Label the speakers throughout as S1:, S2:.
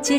S1: 接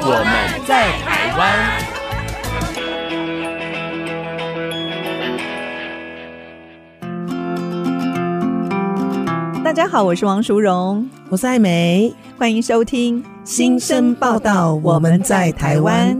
S2: 我们在台湾。
S1: 大家好，我是王淑荣，
S3: 我是艾梅，
S1: 欢迎收听
S3: 新生报道。我们在台湾，。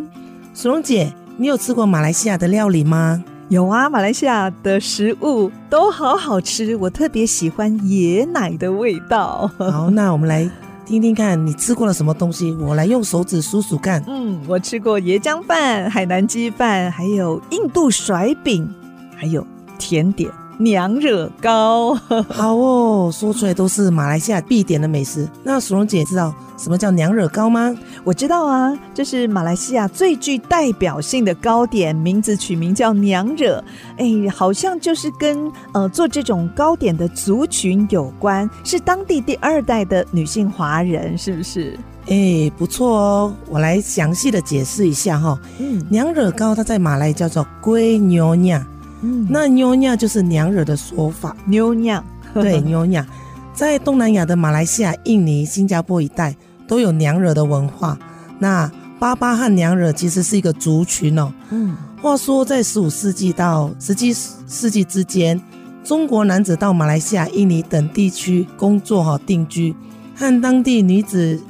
S3: 淑荣姐，你有吃过马来西亚的料理吗？
S1: 有啊，马来西亚的食物都好好吃，我特别喜欢椰奶的味道。
S3: 好，那我们来听听看你吃过了什么东西。我来用手指数 数看。
S1: 嗯，我吃过椰浆饭、海南鸡饭，还有印度甩饼，还有甜点娘惹糕。
S3: 好哦，说出来都是马来西亚必点的美食。那淑荣姐知道什么叫娘惹糕吗？
S1: 我知道啊，这是马来西亚最具代表性的糕点，名字取名叫娘惹。哎，好像就是跟呃做这种糕点的族群有关，是当地第二代的女性华人，是不是？
S3: 哎，不错哦，我来详细的解释一下哈、
S1: 嗯
S3: 娘惹糕它在马来叫做龟牛酿，
S1: 嗯，
S3: 那牛酿就是娘惹的说法。
S1: 妞酿，
S3: 对，牛娘，在东南亚的马来西亚、印尼、新加坡一带都有娘惹的文化。那巴巴和娘惹其实是一个族群哦。
S1: 嗯
S3: 话说，在十五世纪到十七世纪之间，中国男子到马来西亚、印尼等地区工作哈、定居，和当地女子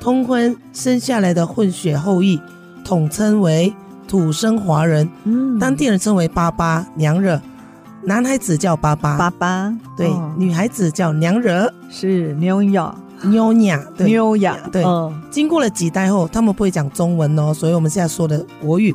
S3: 通婚生下来的混血后裔，统称为土生华人，
S1: 嗯
S3: 当地人称为巴巴娘惹，男孩子叫巴巴，
S1: 爸爸
S3: 对，
S1: 哦
S3: 女孩子叫娘惹
S1: 是妞酿，
S3: 妞娘。对，
S1: 妞酿，
S3: 对
S1: 嗯
S3: 经过了几代后，他们不会讲中文哦，所以我们现在说的国语，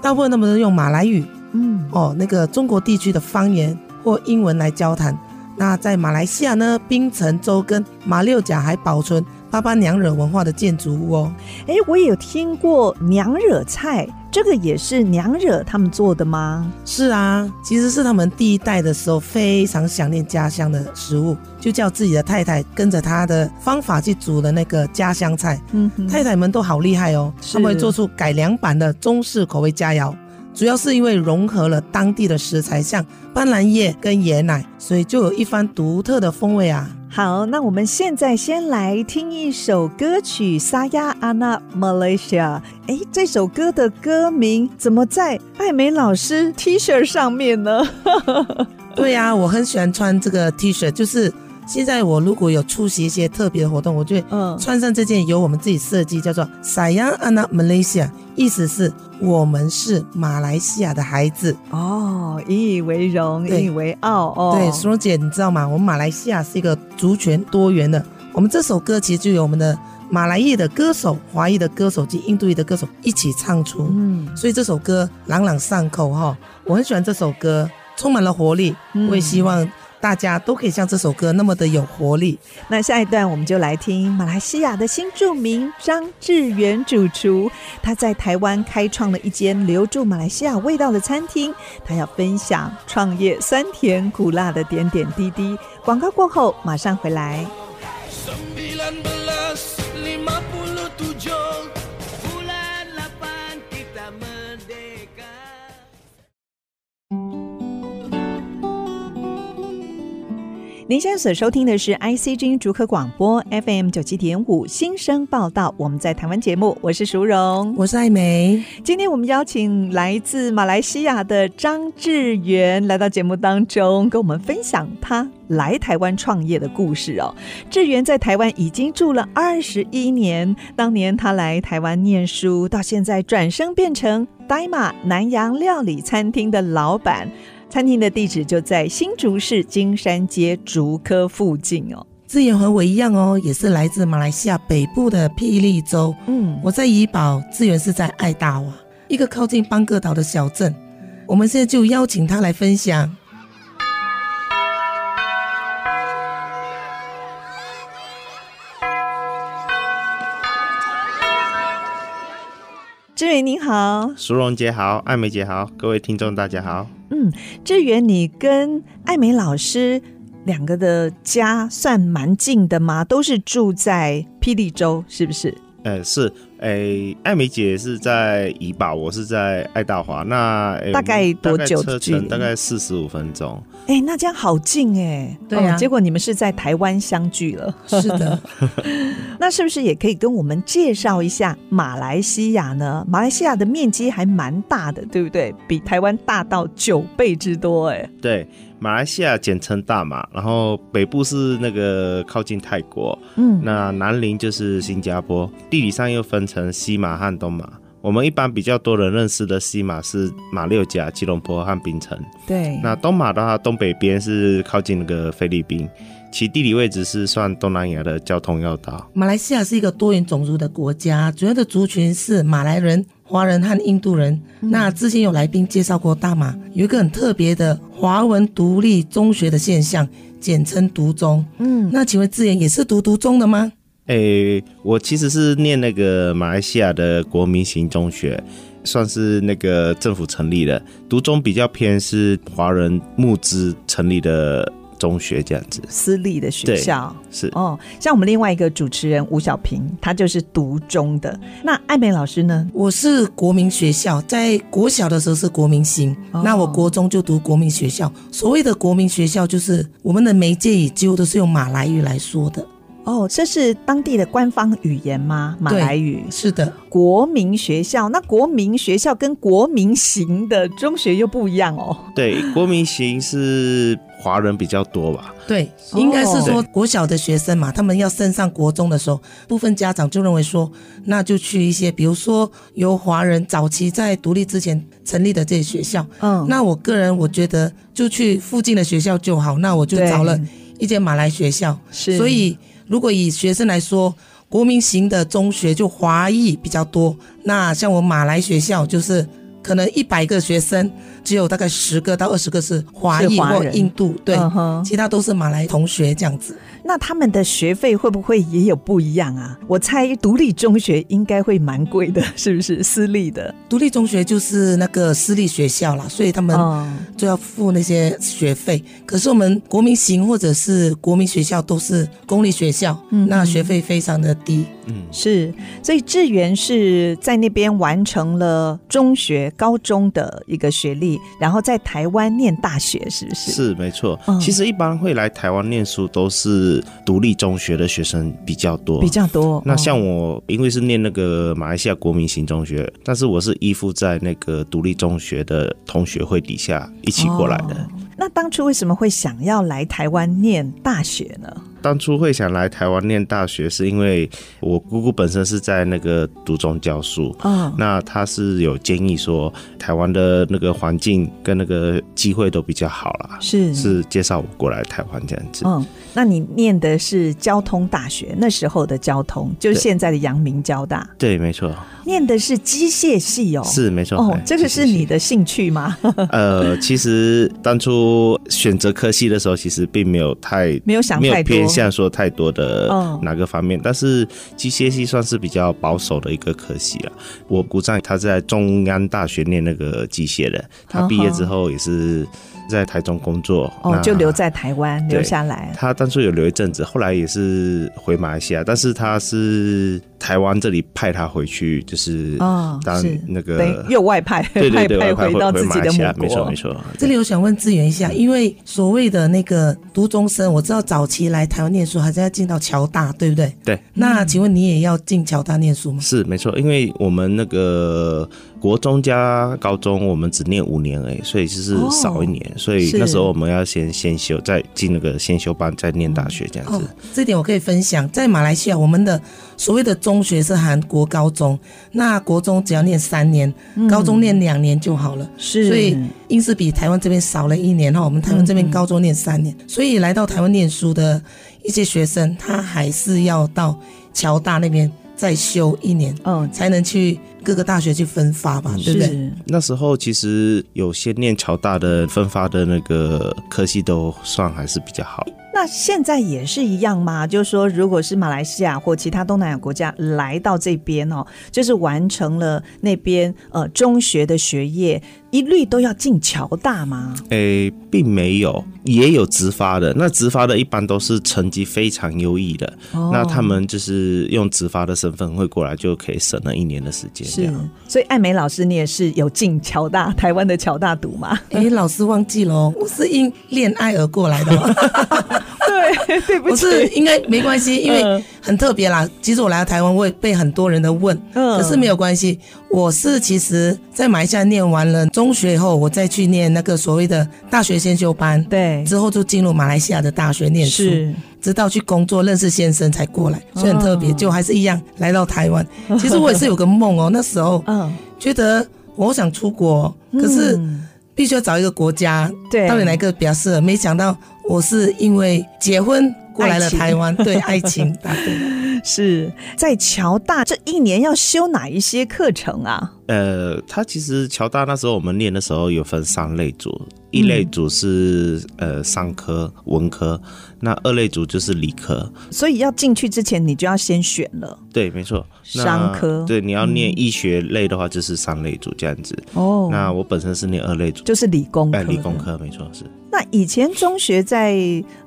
S3: 大部分他们都用马来语
S1: 嗯
S3: 哦，那个中国地区的方言或英文来交谈。那在马来西亚呢，槟城、州跟马六甲还保存巴巴娘惹文化的建筑物哦。
S1: 哎，我也有听过娘惹菜，这个也是娘惹他们做的吗？
S3: 是啊，其实是他们第一代的时候非常想念家乡的食物，就叫自己的太太跟着他的方法去煮的那个家乡菜。
S1: 嗯哼
S3: 太太们都好厉害哦，
S1: 是
S3: 他们会做出改良版的中式口味佳肴，主要是因为融合了当地的食材，像斑斓叶跟椰奶，所以就有一番独特的风味啊。
S1: 好，那我们现在先来听一首歌曲《沙亚阿那 Malaysia》。哎，这首歌的歌名怎么在艾美老师 T 恤上面呢？ 哦
S3: 对呀、我很喜欢穿这个 T 恤，就是现在我如果有出席一些特别的活动，我就会
S1: 嗯，
S3: 穿上这件由我们自己设计，叫做 Sayang Anak Malaysia，意思是我们是马来西亚的孩子。
S1: 哦，引以为荣，
S3: 对
S1: 引以为傲哦。
S3: 对，苏荣姐，你知道吗？我们马来西亚是一个族群多元的，我们这首歌其实就有我们的马来裔的歌手、华裔的歌手及印度裔的歌手一起唱出，
S1: 嗯
S3: 所以这首歌朗朗上口哈、我很喜欢这首歌，充满了活力。
S1: 嗯
S3: 我也希望大家都可以像这首歌那么的有活力。
S1: 那下一段我们就来听马来西亚的新著名张志远主厨，他在台湾开创了一间留住马来西亚味道的餐厅，他要分享创业酸甜苦辣的点点滴滴。广告过后马上回来。
S4: 1957 bulan 8 kita merdeka.
S1: 您现在所收听的是 ICG 竹科广播 FM 九七点五新生报道，我们在台湾节目，我是淑荣，
S3: 我是艾梅，
S1: 今天我们邀请来自马来西亚的张志源来到节目当中，跟我们分享他来台湾创业的故事哦。志源在台湾已经住了二十一年，当年他来台湾念书，到现在转身变成呆马南洋料理餐厅的老板。餐厅的地址就在新竹市金山街竹科附近哦。
S3: 志远和我一样哦，也是来自马来西亚北部的霹雳州。
S1: 嗯，
S3: 我在怡保，志源是在爱大瓦，一个靠近邦哥岛的小镇。我们现在就邀请他来分享。
S1: 志远您好，
S5: 苏荣姐好，艾美姐好，各位听众大家好。
S1: 志远，你跟艾美老师两个的家算蛮近的吗？都是住在霹雳州，是不是？
S5: 呃，是，诶、艾美姐是在怡保，我是在爱大华。那、诶
S1: 大概多久
S5: 我们
S1: 的
S5: 大概车
S1: 距离
S5: 程大概四十五分钟。
S1: 哎、那这样好近哎、
S3: 对啊
S1: 哦结果你们是在台湾相聚了，
S3: 是的，
S1: 那是不是也可以跟我们介绍一下马来西亚呢？马来西亚的面积还蛮大的，对不对？比台湾大到九倍之多哎、
S5: 对，马来西亚简称大马，然后北部是那个靠近泰国，
S1: 嗯，
S5: 那南邻就是新加坡。地理上又分成西马和东马。我们一般比较多人认识的西马是马六甲、吉隆坡和槟城。
S1: 对，
S5: 那东马的话，东北边是靠近那个菲律宾，其地理位置是算东南亚的交通要道。
S3: 马来西亚是一个多元种族的国家，主要的族群是马来人、华人和印度人。那之前有来宾介绍过大马有一个很特别的华文独立中学的现象，简称独中。
S1: 嗯，
S3: 那请问志妍也是读独中的吗？
S5: 诶、我其实是念那个马来西亚的国民型中学，算是那个政府成立的，独中比较偏是华人募资成立的中学这样子。
S1: 私立的学
S5: 对
S1: 校。
S5: 是，
S1: 哦，像我们另外一个主持人吴小平，他就是读中的。那艾美老师呢？
S3: 我是国民学校，在国小的时候是国民型，
S1: 哦
S3: 那我国中就读国民学校。所谓的国民学校，就是我们的媒介也几乎都是用马来语来说的。
S1: 哦，这是当地的官方语言吗？马来语
S3: 是的，
S1: 国民学校。那国民学校跟国民型的中学又不一样哦。
S5: 对，国民型是华人比较多吧？
S3: 对，
S1: 哦
S3: 应该是说国小的学生嘛，他们要升上国中的时候，部分家长就认为说，那就去一些，比如说由华人早期在独立之前成立的这些学校。
S1: 嗯，
S3: 那我个人我觉得就去附近的学校就好，那我就
S1: 对
S3: 找了一间马来学校。
S1: 是，
S3: 所以如果以学生来说，国民型的中学就华裔比较多，那像我马来学校就是。可能一百个学生，只有大概十个到二十个是华
S1: 是
S3: 裔
S1: 华
S3: 或
S1: 人
S3: 印度，对，
S1: 嗯哼
S3: 其他都是马来同学这样子。
S1: 那他们的学费会不会也有不一样啊？我猜独立中学应该会蛮贵的，是不是？私立的，
S3: 独立中学就是那个私立学校啦，所以他们
S1: 嗯，
S3: 就要付那些学费。嗯可是我们国民型或者是国民学校都是公立学校，
S1: 嗯
S3: 那学费非常的低。
S5: 嗯，
S1: 是，所以志源是在那边完成了中学、高中的一个学历，然后在台湾念大学，是不是？，
S5: 是没错
S1: 嗯。
S5: 其实一般会来台湾念书都是独立中学的学生比较多，
S1: 比较多。
S5: 那像
S1: 哦
S5: 我，因为是念那个马来西亚国民型中学，但是我是依附在那个独立中学的同学会底下一起过来的。
S1: 哦那当初为什么会想要来台湾念大学呢？
S5: 当初会想来台湾念大学，是因为我姑姑本身是在那个独中教书，
S1: 嗯，
S5: 那她是有建议说台湾的那个环境跟那个机会都比较好啦，
S1: 是。
S5: 是介绍我过来台湾这样子。
S1: 嗯，那你念的是交通大学，那时候的交通就是
S5: 对
S1: 现在的阳明交大，
S5: 对，没错，
S1: 念的是机械系哦。
S5: 是没错。
S1: 哦
S5: 哎，
S1: 这个是你的兴趣吗？
S5: 呃，其实当初选择科系的时候，其实并没有太
S1: 没有想
S5: 没
S1: 太
S5: 有
S1: 多。
S5: 偏向说太多的
S1: 嗯
S5: 哪个方面，但是机械系算是比较保守的一个科系了。我姑丈他在中安大学念那个机械的，他毕业之后也是在台中工作，
S1: 哦，
S5: 那
S1: 就留。在台湾
S5: 对
S1: 留下来。
S5: 他当初有留一阵子，后来也是回马来西亚，但是他是台湾这里派他回去，就是
S1: 哦
S5: 当
S1: 是
S5: 那个、
S1: 等于又外派，
S5: 对对对，
S1: 外派
S5: 派
S1: 回到自
S5: 马
S1: 己
S5: 来
S1: 的
S5: 西亚
S1: 母，国，
S5: 没错没错，
S3: 这里我想问志源一下，因为所谓的那个读中生，我知道早期来台湾念书，好像要进到侨大，对不对？
S5: 对。
S3: 那请问你也要进侨大念书吗？
S5: 嗯是没错，因为我们那个国中加高中，我们只念五年而已，所以就是
S1: 哦
S5: 少一年，所以
S1: 是
S5: 那时候我们要先先修，再进那个先修班，再念大学这样
S3: 哦
S5: 子。，
S3: 这点我可以分享，在马来西亚，我们的所谓的中学是韩国高中，那国中只要念三年，高中念两年就好了。
S1: 嗯是，
S3: 所以硬是比台湾这边少了一年哈，我们台湾这边高中念三年，所以来到台湾念书的一些学生，他还是要到侨大那边再修一年，
S1: 嗯，
S3: 才能去各个大学去分发吧，对不对？
S1: 是
S5: 那时候其实有些念侨大的分发的那个科系都算还是比较好，
S1: 那现在也是一样吗？就是说，如果是马来西亚或其他东南亚国家来到这边哦，就是完成了那边呃中学的学业，一律都要进侨大吗？
S5: 诶，并没有，也有直发的。那直发的一般都是成绩非常优异的，
S1: 哦
S5: 那他们就是用直发的身份会过来，就可以省了一年的时间。这
S1: 是
S5: 样，
S1: 所以艾美老师，你也是有进侨大 台湾的侨大读吗？
S3: 哎，老师忘记了哦，我是因恋爱而过来的哦，
S1: 对，对不
S3: 我
S1: 起，
S3: 是应该没关系，因为
S1: 嗯
S3: 很特别啦。其实我来到台湾会被很多人的问，
S1: 嗯
S3: 可是没有关系。我是其实在马来西亚念完了中学以后，我再去念那个所谓的大学先修班，
S1: 对，
S3: 之后就进入马来西亚的大学念书。
S1: 是
S3: 直到去工作认识先生才过来，所以很特别，
S1: 哦
S3: 就还是一样来到台 湾。其实我也是有个梦哦，那时候
S1: 嗯，
S3: 觉得我想出国，可是
S1: 嗯
S3: 必须要找一个国家，
S1: 对
S3: 到底哪一个比较适合？没想到我是因为结婚过来了
S1: 爱情
S3: 台湾，对爱 情答对了。
S1: 是在侨大这一年要修哪一些课程啊？
S5: 呃，他其实乔大那时候我们念的时候有分三类组，一类组是、呃商科文科，那二类组就是理科。
S1: 所以要进去之前，你就要先选了
S5: 对，没错，那
S1: 商科
S5: 对，你要念医学类的话，就是三类组这样子。
S1: 哦
S5: 那我本身是念二类组，
S1: 就是理工科
S5: 哎，
S1: 的，
S5: 理工科没错是。
S1: 那以前中学在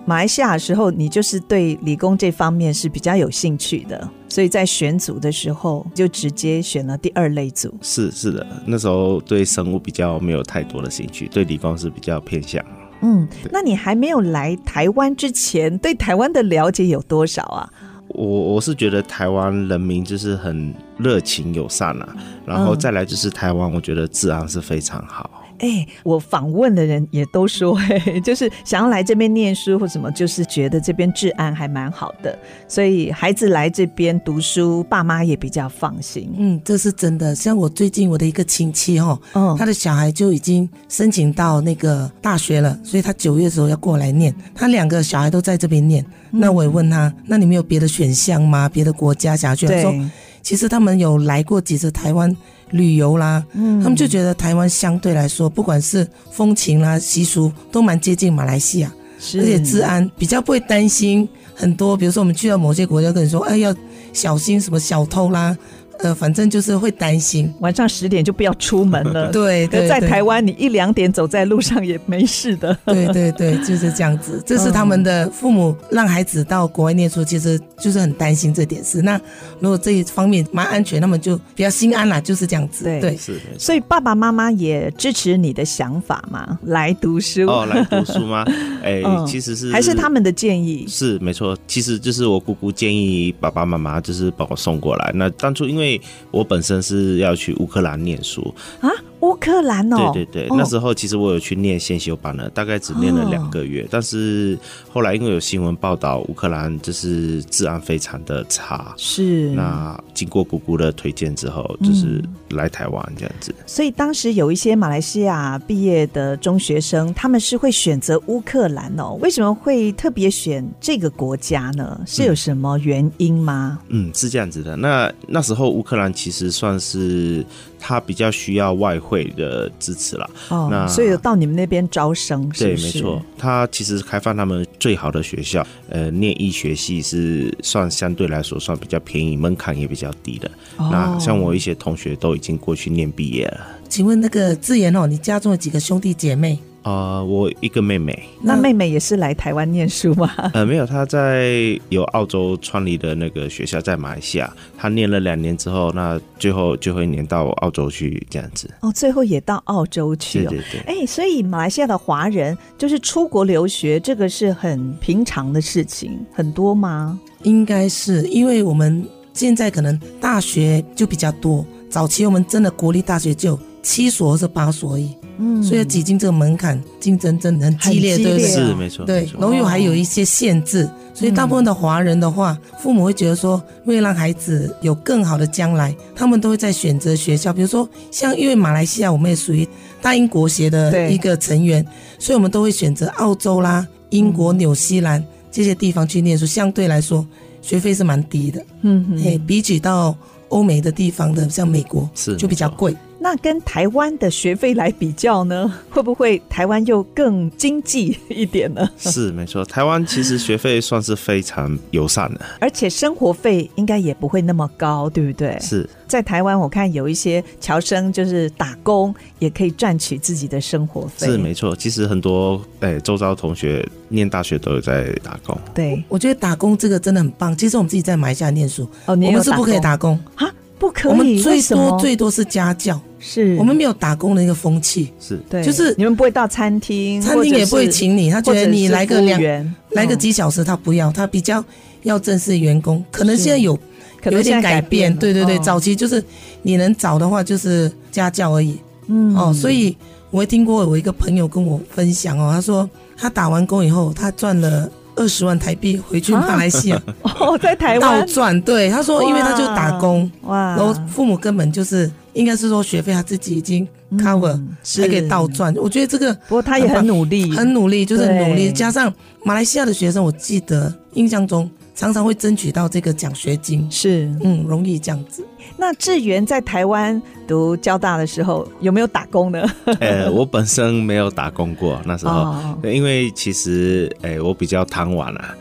S1: 马来西亚的时候，你就是对理工这方面是比较有兴趣的，所以在选组的时候就直接选了第二类组。
S5: 是是的，那时候对生物比较没有太多的兴趣，对理工是比较偏向。
S1: 嗯，那你还没有来台湾之前，对台湾的了解有多少啊？
S5: 我我是觉得台湾人民就是很热情友善啊，然后
S1: 嗯
S5: 再来就是台湾，我觉得治安是非常好。
S1: 哎，我访问的人也都说，嘿， 就是想要来这边念书或什么，就是觉得这边治安还蛮好的，所以孩子来这边读书，爸妈也比较放心。
S3: 嗯，这是真的。像我最近我的一个亲戚哦，
S1: 嗯
S3: 他的小孩就已经申请到那个大学了，所以他九月的时候要过来念。他两个小孩都在这边念，
S1: 嗯
S3: 那我也问他，那你们有别的选项吗？别的国家想要去？他说，
S1: 对，
S3: 其实他们有来过几次台湾旅游啦，
S1: 嗯
S3: 他们就觉得台湾相对来说，不管是风情啦、习俗，都蛮接近马来西亚。
S1: 是
S3: 而且治安比较不会担心很多。比如说我们去到某些国家，跟你说，哎，要小心什么小偷啦，呃，反正就是会担心。
S1: 晚上十点就不要出门了。
S3: 对对，
S1: 可在
S3: 对
S1: 台，湾，你一两点走在路上也没事的。
S3: 对对对，就是这 样子。这是他们的父母让孩子到国外念书，其实就是很担心这点事。那如果这一方面蛮安全，他们就比较心安啦，就是这样子。
S1: 对
S3: 对，
S5: 是没错。
S1: 所以爸爸妈妈也支持你的想法嘛，来读书、
S5: 哦，来读书吗？哎、
S1: 嗯
S5: 其实是
S1: 还是他们的建议。
S5: 是没错，其实就是我姑姑建议爸爸妈妈就是把我送过来。那当初因为我本身是要去乌克兰念书，
S1: 啊，乌克兰哦，
S5: 对对对，
S1: 哦
S5: 那时候其实我有去念先修班了，大概只念了两个月，但是后来因为有新闻报道乌克兰就是治安非常的差。
S1: 是
S5: 那经过姑姑的推荐之后，就是
S1: 嗯
S5: 来台湾这样子。
S1: 所以当时有一些马来西亚毕业的中学生，他们是会选择乌克兰哦。为什么会特别选这个国家呢？是有什么原因吗？
S5: 嗯，是这样子的。那那时候乌克兰其实算是他比较需要外汇的支持啦。
S1: 哦
S5: 那，
S1: 所以有到你们那边招生，是
S5: 对，
S1: 不
S5: 没
S1: 是？
S5: 错，他其实开放他们最好的学校，呃，念医学系是算相对来说算比较便宜，门槛也比较低的。
S1: 哦
S5: 那像我一些同学都已经过去念毕业了。
S3: 请问那个智妍哦，你家中有几个兄弟姐妹？
S5: 呃，我一个妹妹，
S1: 那妹妹也是来台湾念书吗？
S5: 呃，没有，她在有澳洲川黎的那个学校，在马来西亚，她念了两年之后，那最后最后一年到澳洲去这样子。
S1: 哦，最后也到澳洲
S5: 对
S1: 去哦
S5: 对。对。
S1: 哎，所以马来西亚的华人就是出国留学，这个是很平常的事情，很多吗？
S3: 应该是因为我们现在可能大学就比较多，早期我们真的国立大学就有七所或是八所而已，
S1: 嗯，
S3: 所以挤进这个门槛，竞争真的很激烈，
S1: 很激
S3: 对
S1: 烈
S3: 不对？
S1: 啊
S5: 是没错，
S3: 对
S5: 没，错
S3: 然后又还有一些限制，所以大部分的华人的话，父母会觉得说，为了让孩子有更好的将来，他们都会在选择学校，比如说像因为马来西亚我们也属于大英国协的
S1: 对
S3: 一个成员，所以我们都会选择澳洲啦、英
S1: 嗯
S3: 国、纽西兰这些地方去念书，相对来说学费是蛮低的，
S1: 嗯哼
S3: 嘿，比起到欧美的地方的，像美国
S5: 是
S3: 就比较
S5: 没错
S3: 贵，
S1: 那跟台湾的学费来比较呢，会不会台湾又更经济一点呢？
S5: 是没错，台湾其实学费算是非常友善的，
S1: 而且生活费应该也不会那么高，对不对？
S5: 是
S1: 在台湾，我看有一些侨生就是打工也可以赚取自己的生活费，
S5: 是没错。其实很多诶、周遭同学念大学都有在打工，
S1: 对
S3: 我觉得打工这个真的很棒。其实我们自己在马来西亚念书，
S1: 哦，你
S3: 我
S1: 也
S3: 们
S1: 有
S3: 是不可以打工，
S1: 工啊，不可以，
S3: 我们最
S1: 为什么嗯
S3: 多最多是家教，
S1: 是
S3: 我们没有打工的一个风气。
S5: 是
S1: 对，
S3: 就是
S1: 你们不会到餐厅，
S3: 餐厅也不会请你，他
S1: 嗯或
S3: 觉
S1: 者是，
S3: 得你来个
S1: 或者是服务
S3: 两
S1: 员
S3: 来个
S1: 嗯
S3: 几小时他不要，他比较要正式员工。可能
S1: 是
S3: 现在有
S1: 嗯可
S3: 有
S1: 能
S3: 一点
S1: 现在
S3: 改变，
S1: 了
S3: 对对对，
S1: 嗯
S3: 早期就是你能找的话就是家教而已
S1: 嗯
S3: 哦。所以我也听过我一个朋友跟我分享哦，他说他打完工以后，他赚了二十万台币回去马来西亚
S1: 哦，在啊 台
S3: 倒
S1: 湾
S3: 赚。对，他说因为他就打工，
S1: 哇，
S3: 然后父母根本就是应该是说学费他自己已经 cover，
S1: 嗯
S3: 还可以倒。
S1: 是
S3: 赚。我觉得这个
S1: 不过他也很努力，
S3: 很努力，就是很努力。
S1: 对
S3: 加上马来西亚的学生，我记得印象中常常会争取到这个奖学金，
S1: 是。
S3: 嗯，容易这样子。
S1: 那志源在台湾读交大的时候，有没有打工呢？
S5: 呃，我本身没有打工过那时候，
S1: 哦，
S5: 因为其实诶、我比较贪玩 啊，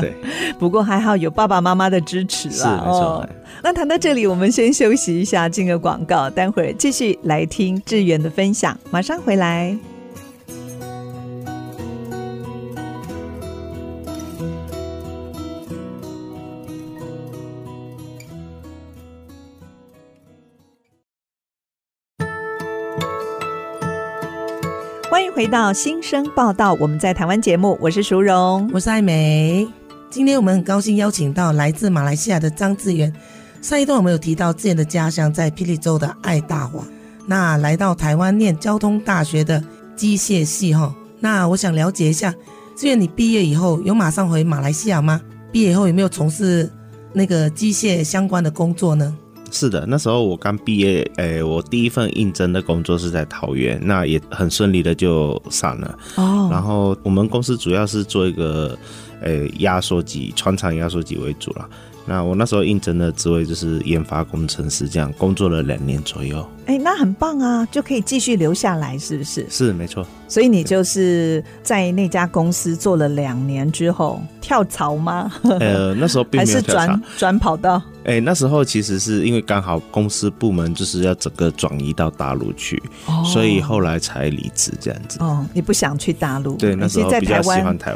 S5: 对，
S1: 不过还好有爸爸妈妈的支持
S5: 是
S1: 啦。
S5: 没错。哎
S1: 哦。那谈到这里，我们先休息一下，进个广告，待会儿继续来听志源的分享，马上回来。欢迎回到新生报道，我们在台湾节目，我是淑荣。
S3: 我是艾美，今天我们很高兴邀请到来自马来西亚的张志源。上一段我们有提到志源的家乡在霹雳州的爱大华，那来到台湾念交通大学的机械系哈。那我想了解一下，志源你毕业以后有马上回马来西亚吗？毕业以后有没有从事那个机械相关的工作呢？
S5: 是的，那时候我刚毕业，诶、我第一份应征的工作是在桃园，那也很顺利的就上了。
S1: 哦
S5: 然后我们公司主要是做一个，诶、压缩机、船厂压缩机为主啦。那我那时候应征的职位就是研发工程师，这样工作了两年左右。
S1: 哎，那很棒啊，就可以继续留下来，是不是？
S5: 是没错，
S1: 所以你就是在那家公司做了两年之后跳槽吗？
S5: 呃，那时候并
S1: 还
S5: 没有
S1: 是
S5: 调查
S1: 转。转跑道？
S5: 哎、那时候其实是因为刚好公司部门就是要整个转移到大陆去，
S1: 哦
S5: 所以后来才离职这样子。
S1: 哦，你不想去大陆？
S5: 对，那时候
S1: 你其实在
S5: 比较
S1: 台
S5: 喜欢
S1: 湾，
S5: 台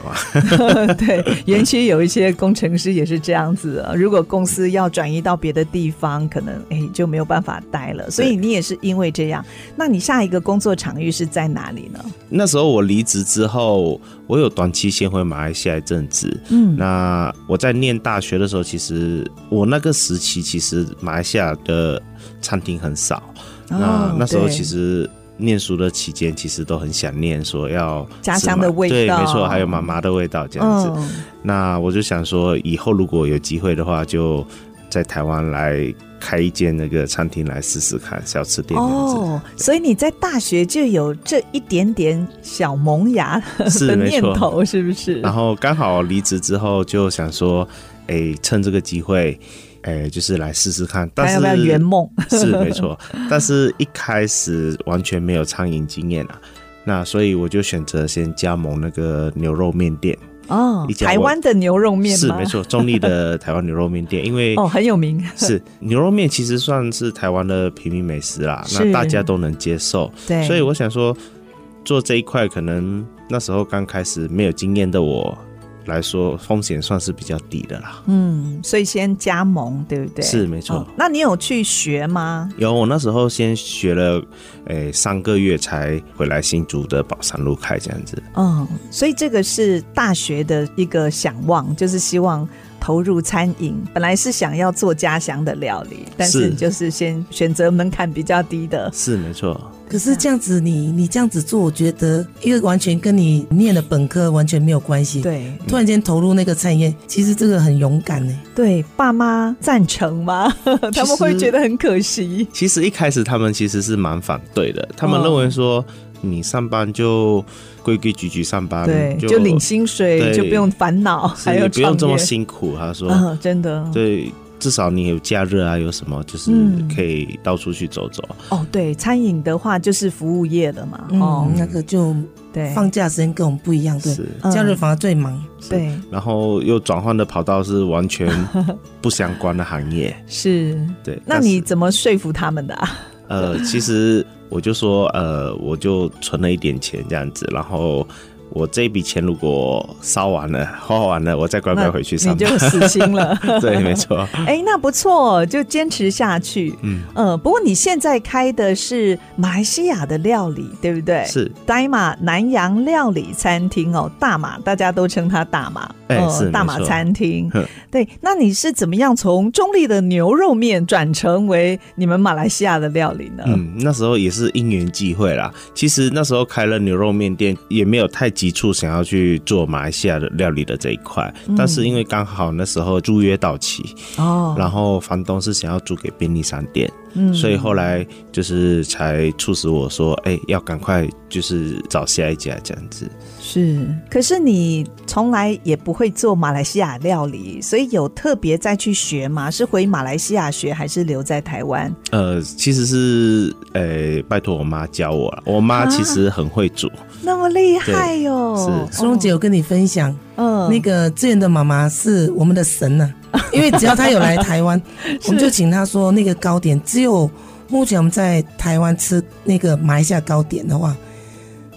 S5: 湾。
S1: 对，园区有一些工程师也是这样子、啊。如果公司要转移到别的地方，可能哎就没有办法待了。所以你也是因为这样，那你下一个工作场域是在哪里呢？
S5: 那时候我离职之后，我有短期先回马来西亚一阵子。
S1: 嗯，
S5: 那我在念大学的时候，其实我那个时期，其实马来西亚的餐厅很少。那
S1: 哦
S5: 那时候
S1: 对
S5: 其实念书的期间，其实都很想念，说要
S1: 家
S5: 吃
S1: 乡的
S5: 马
S1: 味
S5: 对，没错，
S1: 道
S5: 还有妈妈的味道这样子。
S1: 嗯
S5: 那我就想说，以后如果有机会的话，就在台湾来开一间那个餐厅来试试看，小吃店这样子。
S1: 哦，所以你在大学就有这一点点小萌芽
S5: 是
S1: 的
S5: 没
S1: 念
S5: 错
S1: 头，是不是？
S5: 然后刚好离职之后就想说，哎，趁这个机会，哎，就是来试试看。但
S1: 还
S5: 是
S1: 要不要圆梦？
S5: 是没错，但是一开始完全没有餐饮经验啊。那所以我就选择先加盟那个牛肉面店，
S1: 哦
S5: 一，家
S1: 台
S5: 我
S1: 湾的牛肉面
S5: 是
S1: 吗
S5: 没。错，中立的台湾牛肉面店，因为
S1: 哦，很有名，
S5: 是牛肉面其实算是台湾的平民美食啦，
S1: 是
S5: 那大家都能接受，
S1: 对，
S5: 所以我想说做这一块，可能那时候刚开始没有经验的我来说，风险算是比较低的啦。
S1: 嗯，所以先加盟，对不对？
S5: 是没错
S1: 哦那你有去学吗？
S5: 有我那时候先学了，诶、三个月才回来新竹的宝山路开这样子。
S1: 嗯，所以这个是大学的一个想望，就是希望。投入餐饮，本来是想要做家乡的料理，但是
S5: 是
S1: 你就是先选择门槛比较低的，
S5: 是没错，
S3: 可是这样子你，你这样子做，我觉得一个完全跟你念的本科完全没有关系。，
S1: 对，
S3: 突然间投入那个产业，其实这个很勇敢呢。
S1: 对爸妈赞成吗？他们会觉得很可惜。
S5: 其实一开始他们其实是蛮反对的，他们
S1: 哦
S5: 认为说你上班就规规矩矩上班，
S1: 对，就领薪水
S5: 对
S1: 就不用烦恼，
S5: 是
S1: 还有
S5: 你不用这么
S1: 创业
S5: 辛苦。他说，
S1: 嗯，真的，
S5: 对，至少你有假日啊，有什么就是
S1: 嗯
S5: 可以到处去走走。
S1: 哦，对，餐饮的话就是服务业了嘛，哦
S3: 嗯，，那个就
S1: 对，
S3: 放假时间跟我们不一样，对，
S5: 是，
S1: 嗯
S3: 假日反而最忙，
S1: 对
S5: 然后又转换的跑道是完全不相关的 行业。
S1: 是。
S5: 对，
S1: 那
S5: 但是
S1: 你怎么说服他们的啊？
S5: 呃，其实我就说，呃，我就存了一点钱这样子，然后我这笔钱如果烧完了、花完了，我再乖乖回去
S1: 那
S5: 上
S1: 你就
S5: 班。
S1: 死心 了。
S5: 对，没错，
S1: 哎，那不错，就坚持下去。
S5: 嗯，
S1: 呃，不过你现在开的是马来西亚的料理，对不 对？
S5: 是，
S1: 呆马南洋料理餐厅哦，大马大家都称它大马，
S5: 哎是
S1: 大马
S5: 没错
S1: 餐厅
S5: 呵。
S1: 对，那你是怎么样从中立的牛肉面转成为你们马来西亚的料理呢？
S5: 嗯，那时候也是因缘际会啦。其实那时候开了牛肉面店，也没有太急促想要去做马来西亚的料理的这一块，
S1: 嗯
S5: 但是因为刚好那时候租约到期，
S1: 哦，
S5: 然后房东是想要租给便利商店，
S1: 嗯
S5: 所以后来就是才促使我说，哎、要赶快就是找下一家这样子。
S1: 是，可是你从来也不会做马来西亚料理，所以有特别再去学吗？是回马来西亚学，还是留在台湾？
S5: 呃，其实是呃、拜托我妈教我了，我妈其实很会煮，
S1: 那么厉害哟、哦！
S5: 是
S3: 苏荣姐有跟你分享，
S1: 嗯，
S3: 那个志远的妈妈是我们的神呐、因为只要她有来台湾，我们就请她说那个糕点，只有目前我们在台湾吃那个马来西亚糕点的话，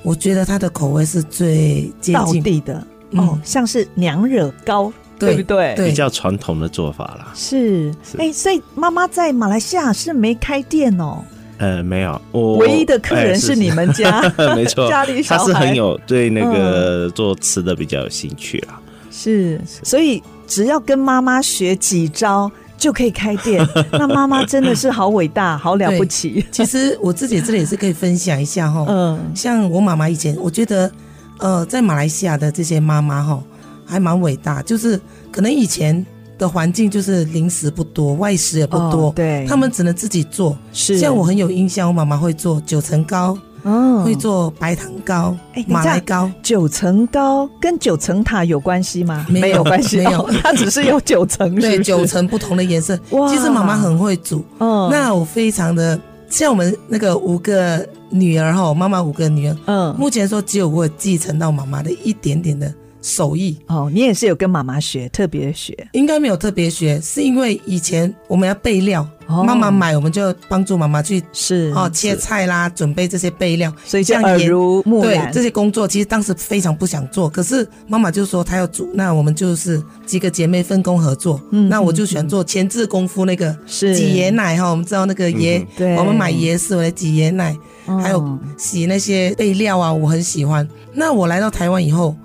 S3: 我觉得它的口味是最接
S1: 道
S3: 近，
S1: 地的、
S3: 嗯
S1: 哦，像是娘惹糕，
S3: 对
S1: 不对？
S5: 比
S3: 对，
S5: 较传统的做法啦。
S1: 是，
S5: 是
S1: 哎、所以妈妈在马来西亚是没开店哦，
S5: 呃，没有，我
S1: 唯一的客
S5: 哎
S1: 人是你们家，
S5: 没错，
S1: 家里小
S5: 他
S1: 孩嗯
S5: 是很有对那个做吃的比较有兴趣啦。
S1: 是，所以只要跟妈妈学几招就可以开 店，那妈妈真的是好伟大，好了不起，
S3: 其实我自己这里也是可以分享一下哈、
S1: 嗯，
S3: 像我妈妈以前，我觉得，呃，在马来西亚的这些妈妈哈，还蛮伟大，就是可能以前的环境就是零食不多，外食也不多，
S1: 哦对
S3: 他们只能自己做。
S1: 是
S3: 像我很有印象，我妈妈会做九层糕，
S1: 嗯
S3: 会做白糖糕、
S1: 哎你
S3: 马
S1: 这
S3: 来
S1: 样
S3: 糕。
S1: 九层糕跟九层塔有关系吗？
S3: 没有
S1: 关系，
S3: 没有
S1: 哦它只是有九层，是不
S3: 对，
S1: 是
S3: 九，层不同的颜色。
S1: 哇
S3: 其实妈妈很会煮，
S1: 嗯
S3: 那我非常的像我们那个五个女儿哈，妈妈五个女儿，
S1: 嗯，
S3: 目前说只有我有继承到妈妈的一点点的手艺，
S1: 哦，你也是有跟妈妈学，特别学，
S3: 应该没有特别学，是因为以前我们要备料，
S1: 哦
S3: 妈妈买我们就帮助妈妈去
S1: 是
S3: 哦切菜啦，准备这些备料，
S1: 所以就
S3: 像
S1: 耳
S3: 盐
S1: 濡目染
S3: 对这些工作，其实当时非常不想做，可是妈妈就说她要煮，那我们就是几个姐妹分工合作。
S1: 嗯
S3: 那我就
S1: 嗯
S3: 喜欢做前置功夫那个
S1: 是
S3: 挤椰奶哈，我们知道那个椰，
S5: 嗯
S1: 对
S3: 我们买椰丝我来挤椰奶，
S1: 嗯
S3: 还有洗那些备料啊，我很喜欢。那我来到台湾以后，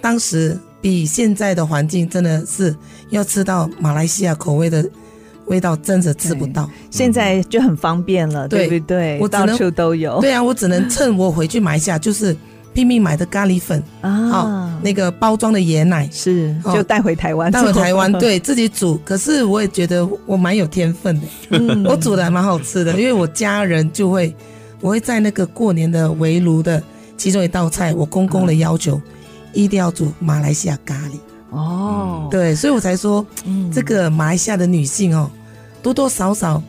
S3: 当时比现在的环境真的是要吃到马来西亚口味的味道，真的吃不到。
S1: 现在就很方便了，对
S3: 对
S1: 不对？
S3: 我只
S1: 到
S3: 能
S1: 处都有，
S3: 对啊，我只能趁我回去买一下，就是拼命买的咖喱粉啊
S1: 啊，，
S3: 那个包装的椰奶。
S1: 是
S3: 哦
S1: 就带回台湾，
S3: 到了 台湾，，对自己煮，可是我也觉得我蛮有天分的，
S1: 嗯
S3: 我煮的还蛮好吃的，因为我家人就会，我会在那个过年的围炉的其中一道菜，我公公的要求，一定要煮马来西亚咖喱，
S1: 哦，
S3: 对，所以我才说
S1: 嗯
S3: 这个马来西亚的女性哦，多多少少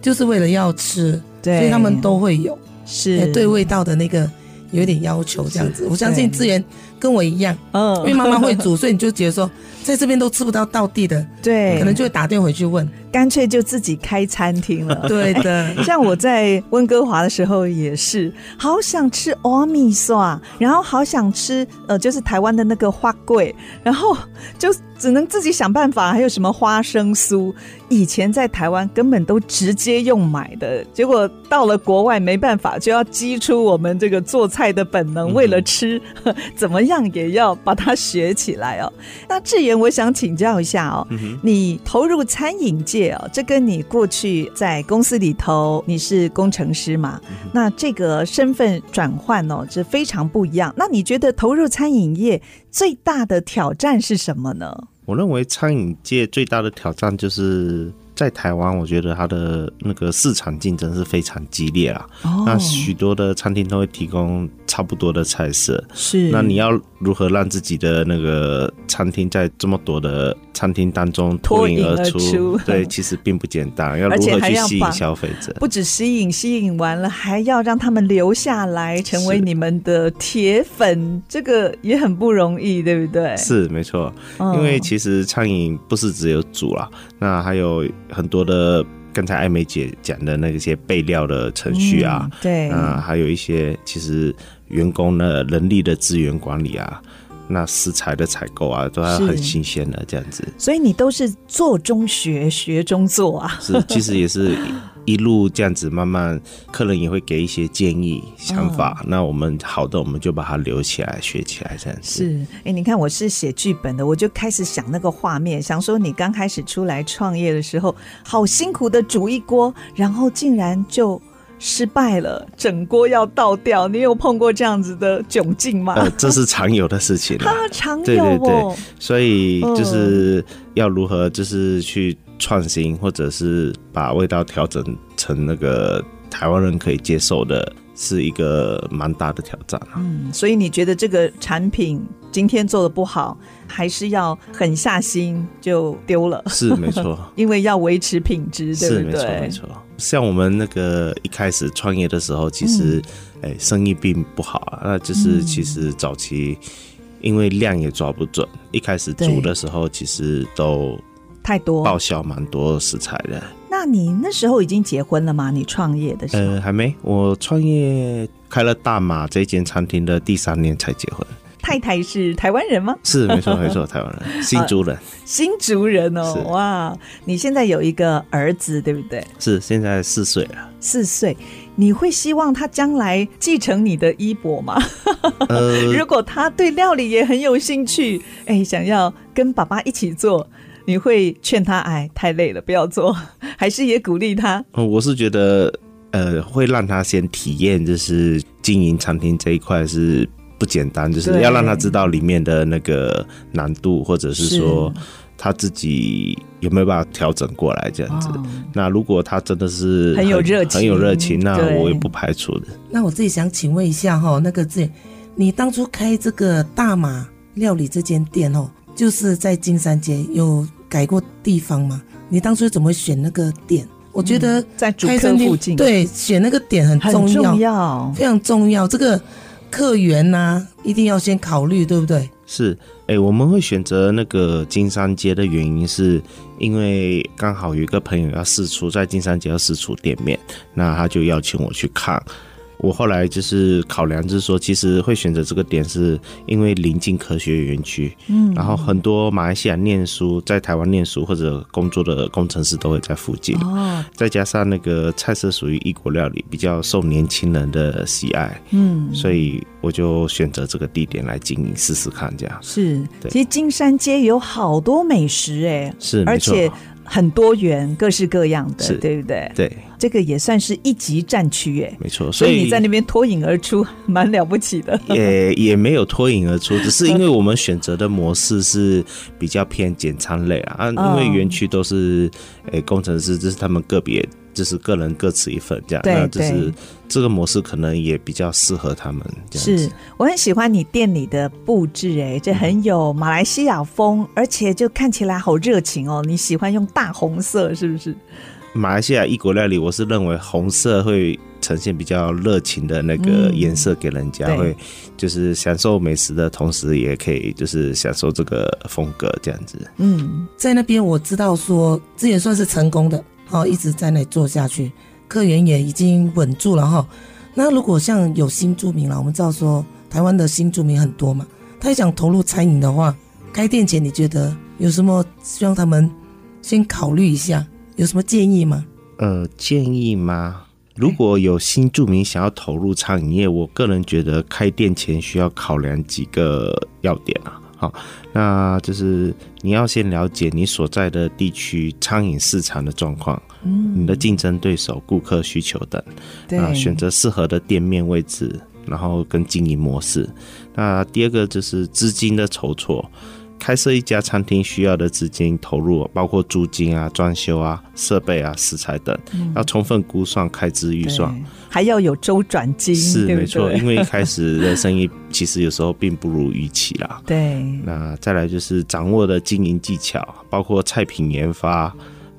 S3: 就是为了要吃，
S1: 对
S3: 所以他们都会有哎
S1: 是
S3: 对味道的那个有一点要求，这样子，我相信
S1: 对
S3: 志源跟我一样，
S1: 嗯
S3: 因为妈妈会煮，所以你就觉得说在这边都吃不到道地的。
S1: 对，
S3: 可能就会打电话回去 问。
S1: 干脆就自己开餐厅了，
S3: 对的，
S1: 像我在温哥华的时候也是，好想吃欧米刷，然后好想吃呃，就是台湾的那个花桂，然后就只能自己想办法。还有什么花生酥，以前在台湾根本都直接用买的，结果到了国外没办法，就要激出我们这个做菜的本能，为了吃， 怎么样也要把它学起来哦。那志源，我想请教一下哦，你投入餐饮界哦，这跟你过去在公司里头你是工程师嘛，
S5: 嗯
S1: 那这个身份转换哦，这非常不一样。那你觉得投入餐饮业最大的挑战是什么呢？
S5: 我认为餐饮界最大的挑战就是在台湾，我觉得它的那个市场竞争是非常激烈啦。
S1: 哦
S5: 那许多的餐厅都会提供差不多的菜色，
S1: 是
S5: 那你要如何让自己的那个餐厅在这么多的餐厅当中
S1: 脱
S5: 脱
S1: 颖
S5: 颖而
S1: 而出
S5: 对，其实并不简单，要
S1: 而
S5: 如
S1: 且
S5: 何
S1: 还
S5: 去
S1: 要
S5: 吸
S1: 把
S5: 引消费者？
S1: 不止吸引，吸引完了还要让他们留下来，成为
S5: 是
S1: 你们的铁粉，这个也很不容易，对不对？
S5: 是没错，
S1: 嗯，
S5: 因为其实餐饮不是只有煮啦，那还有很多的刚才艾美姐讲的那些备料的程序啊，
S1: 嗯对，
S5: 那还有一些其实员工的人力的资源管理啊，那食材的采购啊，都要
S1: 是
S5: 很新鲜的这样子。
S1: 所以你都是做中学，学中做啊。
S5: 是，其实也是一一路这样子慢慢，客人也会给一些建议、想 法。
S1: 嗯
S5: 那我们好的，我们就把它留起来、学起来这样子。
S1: 是，哎，你看我是写剧本的，我就开始想那个画面，想说你刚开始出来创业的时候，好辛苦的煮一锅，然后竟然就失败了，整锅要倒掉。你有碰过这样子的窘境吗？
S5: 呃，这是常有的事情、啊。
S1: 啊，常
S5: 对
S1: 有
S5: 对对
S1: 哦，
S5: 所以就是要如何就是去创新，或者是把味道调整成那个台湾人可以接受的，是一个蛮大的挑战啊。
S1: 嗯，所以你觉得这个产品今天做的不好，还是要狠下心就丢了，
S5: 是没错，
S1: 因为要维持品质，对
S5: 是
S1: 不
S5: 没错
S1: 对？
S5: 没错。像我们那个一开始创业的时候，其
S1: 嗯
S5: 实哎、生意并不好啊，那就是其实早期因为量也抓不准，一开始
S1: 对
S5: 煮的时候其实都
S1: 太多。
S5: 报销蛮多食材的。
S1: 那你那时候已经结婚了吗？你创业的时候，
S5: 呃，还没，我创业开了大马这间餐厅的第三年才结婚。
S1: 太太是台湾人吗？
S5: 是没错没错，台湾人，新 竹人。
S1: 呃新竹人哦
S5: 是，
S1: 哇！你现在有一个儿子，对不对？
S5: 是现在四岁了，
S1: 四岁，你会希望他将来继承你的衣钵吗？
S5: 呃，
S1: 如果他对料理也很有兴趣，哎，想要跟爸爸一起做，你会劝他哎太累了不要做， 还是也鼓励他？
S5: 呃我是觉得，呃，会让他先体验，就是经营餐厅这一块是不简单，就是
S1: 对
S5: 要让他知道里面的那个难度，或者是说他自己有没有办法调整过来这样子。
S1: 哦
S5: 那如果他真的是
S1: 很有热情
S5: 很有热情，那
S1: 对
S5: 我也不排除的。
S3: 那我自己想请问一下哈、那个志，你当初开这个大马料理这间店哦，就是在金山街，有改过地方吗？你当初怎么选那个点？我觉得
S1: 在嗯主
S3: 开
S1: 科
S3: 餐厅、
S1: 附近，，
S3: 对选那个点很
S1: 很
S3: 重要，
S1: 重要。
S3: 非常重要。这个客源呐、一定要先考虑，对不对？
S5: 是，哎、我们会选择那个金山街的原因是，因为刚好有一个朋友要试出，在金山街要试出店面，那他就邀请我去看。我后来就是考量，就是说，其实会选择这个点，是因为临近科学园区，嗯，然后很多马来西亚念书在台湾念书或者工作的工程师都会在附近，
S1: 哦，
S5: 再加上那个菜色属于异国料理，比较受年轻人的喜爱，
S1: 嗯，
S5: 所以我就选择这个地点来经营试试看，这样。
S1: 是，
S5: 对
S1: 其实金山街有好多美食哎、
S5: 是，
S1: 而
S5: 没错
S1: 且很多元，各式各样的，
S5: 是
S1: 对不对？
S5: 对，
S1: 这个也算是一级战区哎、
S5: 没错，
S1: 所
S5: 所
S1: 以
S5: 以
S1: 你在那边脱颖而出，蛮了不起的。
S5: 也也没有脱颖而出，只是因为我们选择的模式是比较偏简餐类啊，啊
S1: 嗯
S5: 因为园区都是诶、工程师，这是他们个别。就是个人各持一份这样，
S1: 对
S5: 那就
S1: 对
S5: 是这个模式可能也比较适合他们这样
S1: 是
S5: 子。
S1: 我很喜欢你店里的布置，哎，这很有马来西亚风，而且就看起来好热情哦。你喜欢用大红色是不是？
S5: 马来西亚异国料理，我是认为红色会呈现比较热情的那个
S1: 嗯
S5: 颜色给人家，
S1: 对
S5: 会就是享受美食的同时，也可以就是享受这个风格这样子。
S1: 嗯，
S3: 在那边我知道说，这也算是成功的，哦，一直在那里做下去，客源也已经稳住了哈、那如果像有新住民了，我们知道说台湾的新住民很多嘛，他也想投入餐饮的话，开店前你觉得有什么希望他们先考虑一下，有什么建议吗？
S5: 呃，建议吗？如果有新住民想要投入餐饮业，我个人觉得开店前需要考量几个要点啊。好，那就是你要先了解你所在的地区餐饮市场的状况，嗯，你的竞争对手、顾客需求等。
S1: 对，
S5: 啊，选择适合的店面位置，然后跟经营模式。那第二个就是资金的筹措，开设一家餐厅需要的资金投入，包括
S1: 嗯
S5: 租金啊、装修啊、设备啊、食材等，要充分估算开支预
S1: 对
S5: 算。
S1: 还要有周转金，
S5: 是
S1: 对不
S5: 没错，
S1: 对
S5: 因为一 开始的生意其实有时候并不如预期啦。
S1: 对，
S5: 那再来就是掌握的经营技巧，包括菜品研发、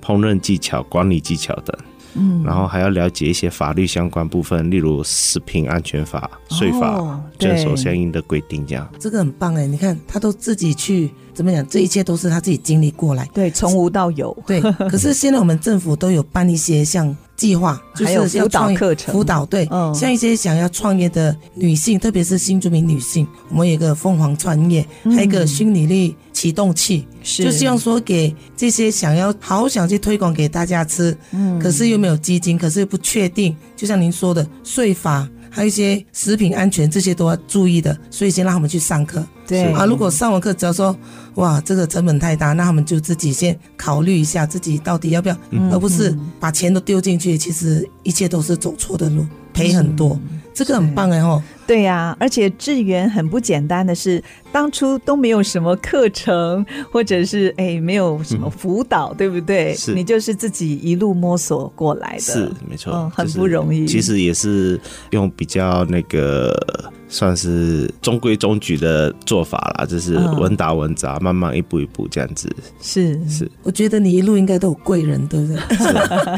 S5: 烹饪技巧、管理技巧等。
S1: 嗯，
S5: 然后还要了解一些法律相关部分，例如食品安全法、税法，
S1: 哦
S5: 遵
S1: 对
S5: 守相应的规定。这样
S3: 这个很棒哎！你看，他都自己去怎么讲，这一切都是他自己经历过来。
S1: 对，从无到有，
S3: 对，可是现在我们政府都有办一些像计划，就
S1: 还有
S3: 是要
S1: 辅导
S3: 创业
S1: 课程
S3: 辅导对，
S1: 嗯
S3: 像一些想要创业的女性，特别是新住民女性，我们有一个凤凰创业，还有一
S1: 嗯
S3: 个新履历启动器，
S1: 是
S3: 就希望说给这些想要好想去推广给大家吃，
S1: 嗯
S3: 可是又没有基金，可是又不确定，就像您说的税法。还有一些食品安全这些都要注意的，所以先让他们去上课。
S1: 对
S3: 啊，如果上完课只要说哇这个成本太大，那他们就自己先考虑一下自己到底要不要，
S1: 嗯
S3: 而不是把钱都丢进去，其实一切都是走错的路，赔很多。
S1: 嗯
S3: 这个很棒哎吼，
S1: 对呀、而且志源很不简单的是，当初都没有什么课程，或者是哎没有什么辅导，对不对？
S5: 是
S1: 你就是自己一路摸索过来的，
S5: 是没错、
S1: 嗯，很
S5: 就是
S1: 不容易。
S5: 其实也是用比较那个算是中规中矩的做法啦，就是
S1: 嗯
S5: 稳打稳扎，慢慢一步一步这样 子，
S1: 是
S5: 是
S3: 我觉得你一路应该都有贵人，对不对？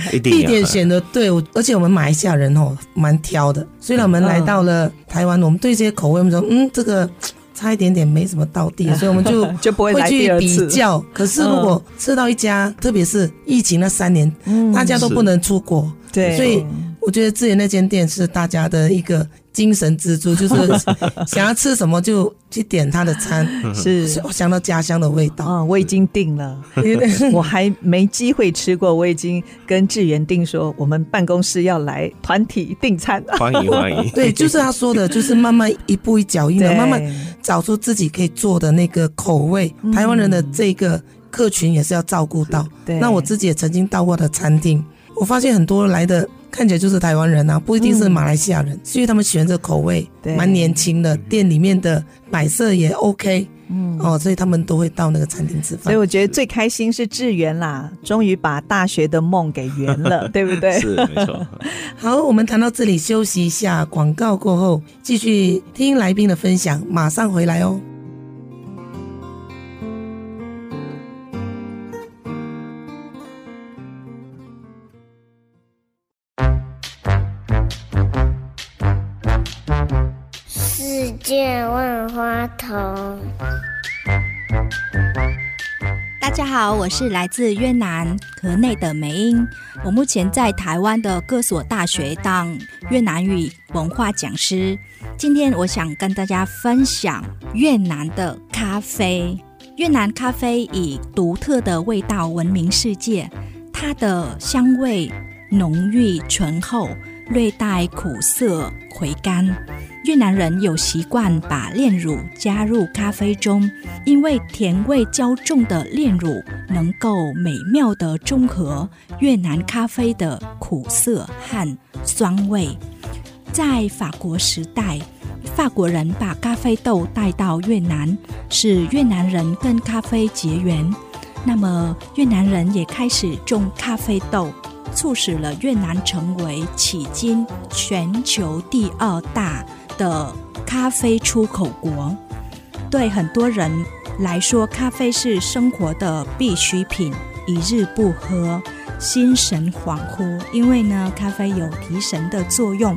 S5: 是一定
S3: 地啊
S5: 要
S3: 点选的对，我而且我们马来西亚人哦蛮挑的，虽然我们来到了台湾，我们对这些口味，我们说嗯这个差一点点没什么到 地，所以我们就
S1: 就不会来第
S3: 去
S1: 二次
S3: 比较。可是如果吃到一家，特别是疫情那三年，
S1: 嗯
S3: 大家都不能出国，
S1: 对，
S3: 所以我觉得自己那间店是大家的一个精神支柱，就是想要吃什么就去点他的餐，
S1: 是。
S3: 我想到家乡的味道。
S1: 啊、我已经定 了，我还没机会吃过，我已经跟志源定说，我们办公室要来团体订餐。
S3: 哎
S5: 欢迎欢迎，
S3: 对，就是他说的，就是慢慢一步一脚印的，
S1: 对
S3: 慢慢找出自己可以做的那个口味。
S1: 嗯
S3: 台湾人的这个客群也是要照顾到。
S1: 对
S3: 那我自己也曾经到过的餐厅，我发现很多来的看起来就是台湾人啊，不一定是马来西亚人，是因为他们喜欢这个口味
S1: 嗯对，
S3: 蛮年轻的，店里面的摆设也 OK，嗯，哦，所以他们都会到那个餐厅吃
S1: 所
S3: 饭
S1: 以。我觉得最开心是志源啦，终于把大学的梦给圆了，对不 对？
S5: 是没错，
S3: 好，我们谈到这里休息一下，广告过后继续听来宾的分享，马上回来哦。
S6: 世界万花筒。
S7: 大家好，我是来自越南河内的梅英，我目前在台湾的各所大学当越南语文化讲师。今天我想跟大家分享越南的咖啡。越南咖啡以独特的味道闻名世界，它的香味浓郁醇厚，略带苦涩回甘。越南人有习惯把炼乳加入咖啡中，因为甜味较重的炼乳能够美妙地中和越南咖啡的苦涩和酸味。在法国时代，法国人把咖啡豆带到越南，使越南人跟咖啡结缘。那么，越南人也开始种咖啡豆，促使了越南成为迄今全球第二大的咖啡出口国。对很多人来说，咖啡是生活的必需品，一日不喝，心神恍惚。因为呢，咖啡有提神的作用。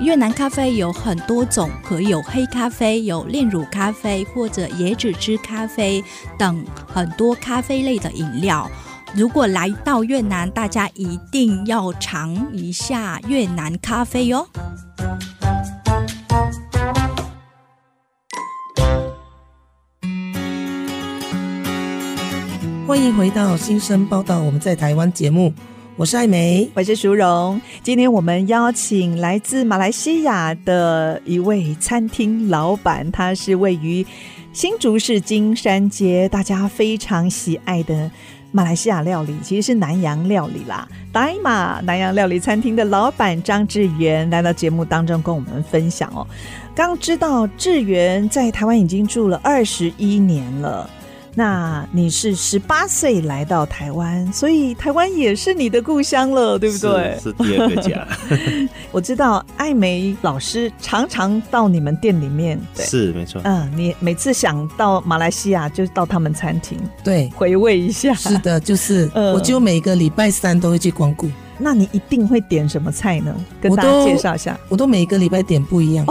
S7: 越南咖啡有很多种，可有黑咖啡、有炼乳咖啡或者椰子汁咖啡等很多咖啡类的饮料。如果来到越南，大家一定要尝一下越南咖啡哦哟、
S3: 欢迎回到新生报道，我们在台湾节目，我是艾梅。
S1: 我是淑荣，今天我们邀请来自马来西亚的一位餐厅老板，他是位于新竹市金山街大家非常喜爱的马来西亚料理，其实是南洋料理啦。达玛南洋料理餐厅的老板张志源来到节目当中跟我们分享哦。刚知道志源在台湾已经住了二十一年了。那你是十八岁来到台湾，所以台湾也是你的故乡了，对不对？
S5: 是是第二个家，
S1: 我知道艾梅老师常常到你们店里面，对，
S5: 是没错。
S1: 嗯，你每次想到马来西亚就到他们餐厅
S3: 对，
S1: 回味一 下。
S3: 是的，就是，
S1: 呃
S3: 我就每个礼拜三都会去光顾，
S1: 那你一定会点什么菜呢？跟
S3: 我
S1: 大家
S3: 都
S1: 介绍一下。
S3: 我都每个礼拜点不 一样，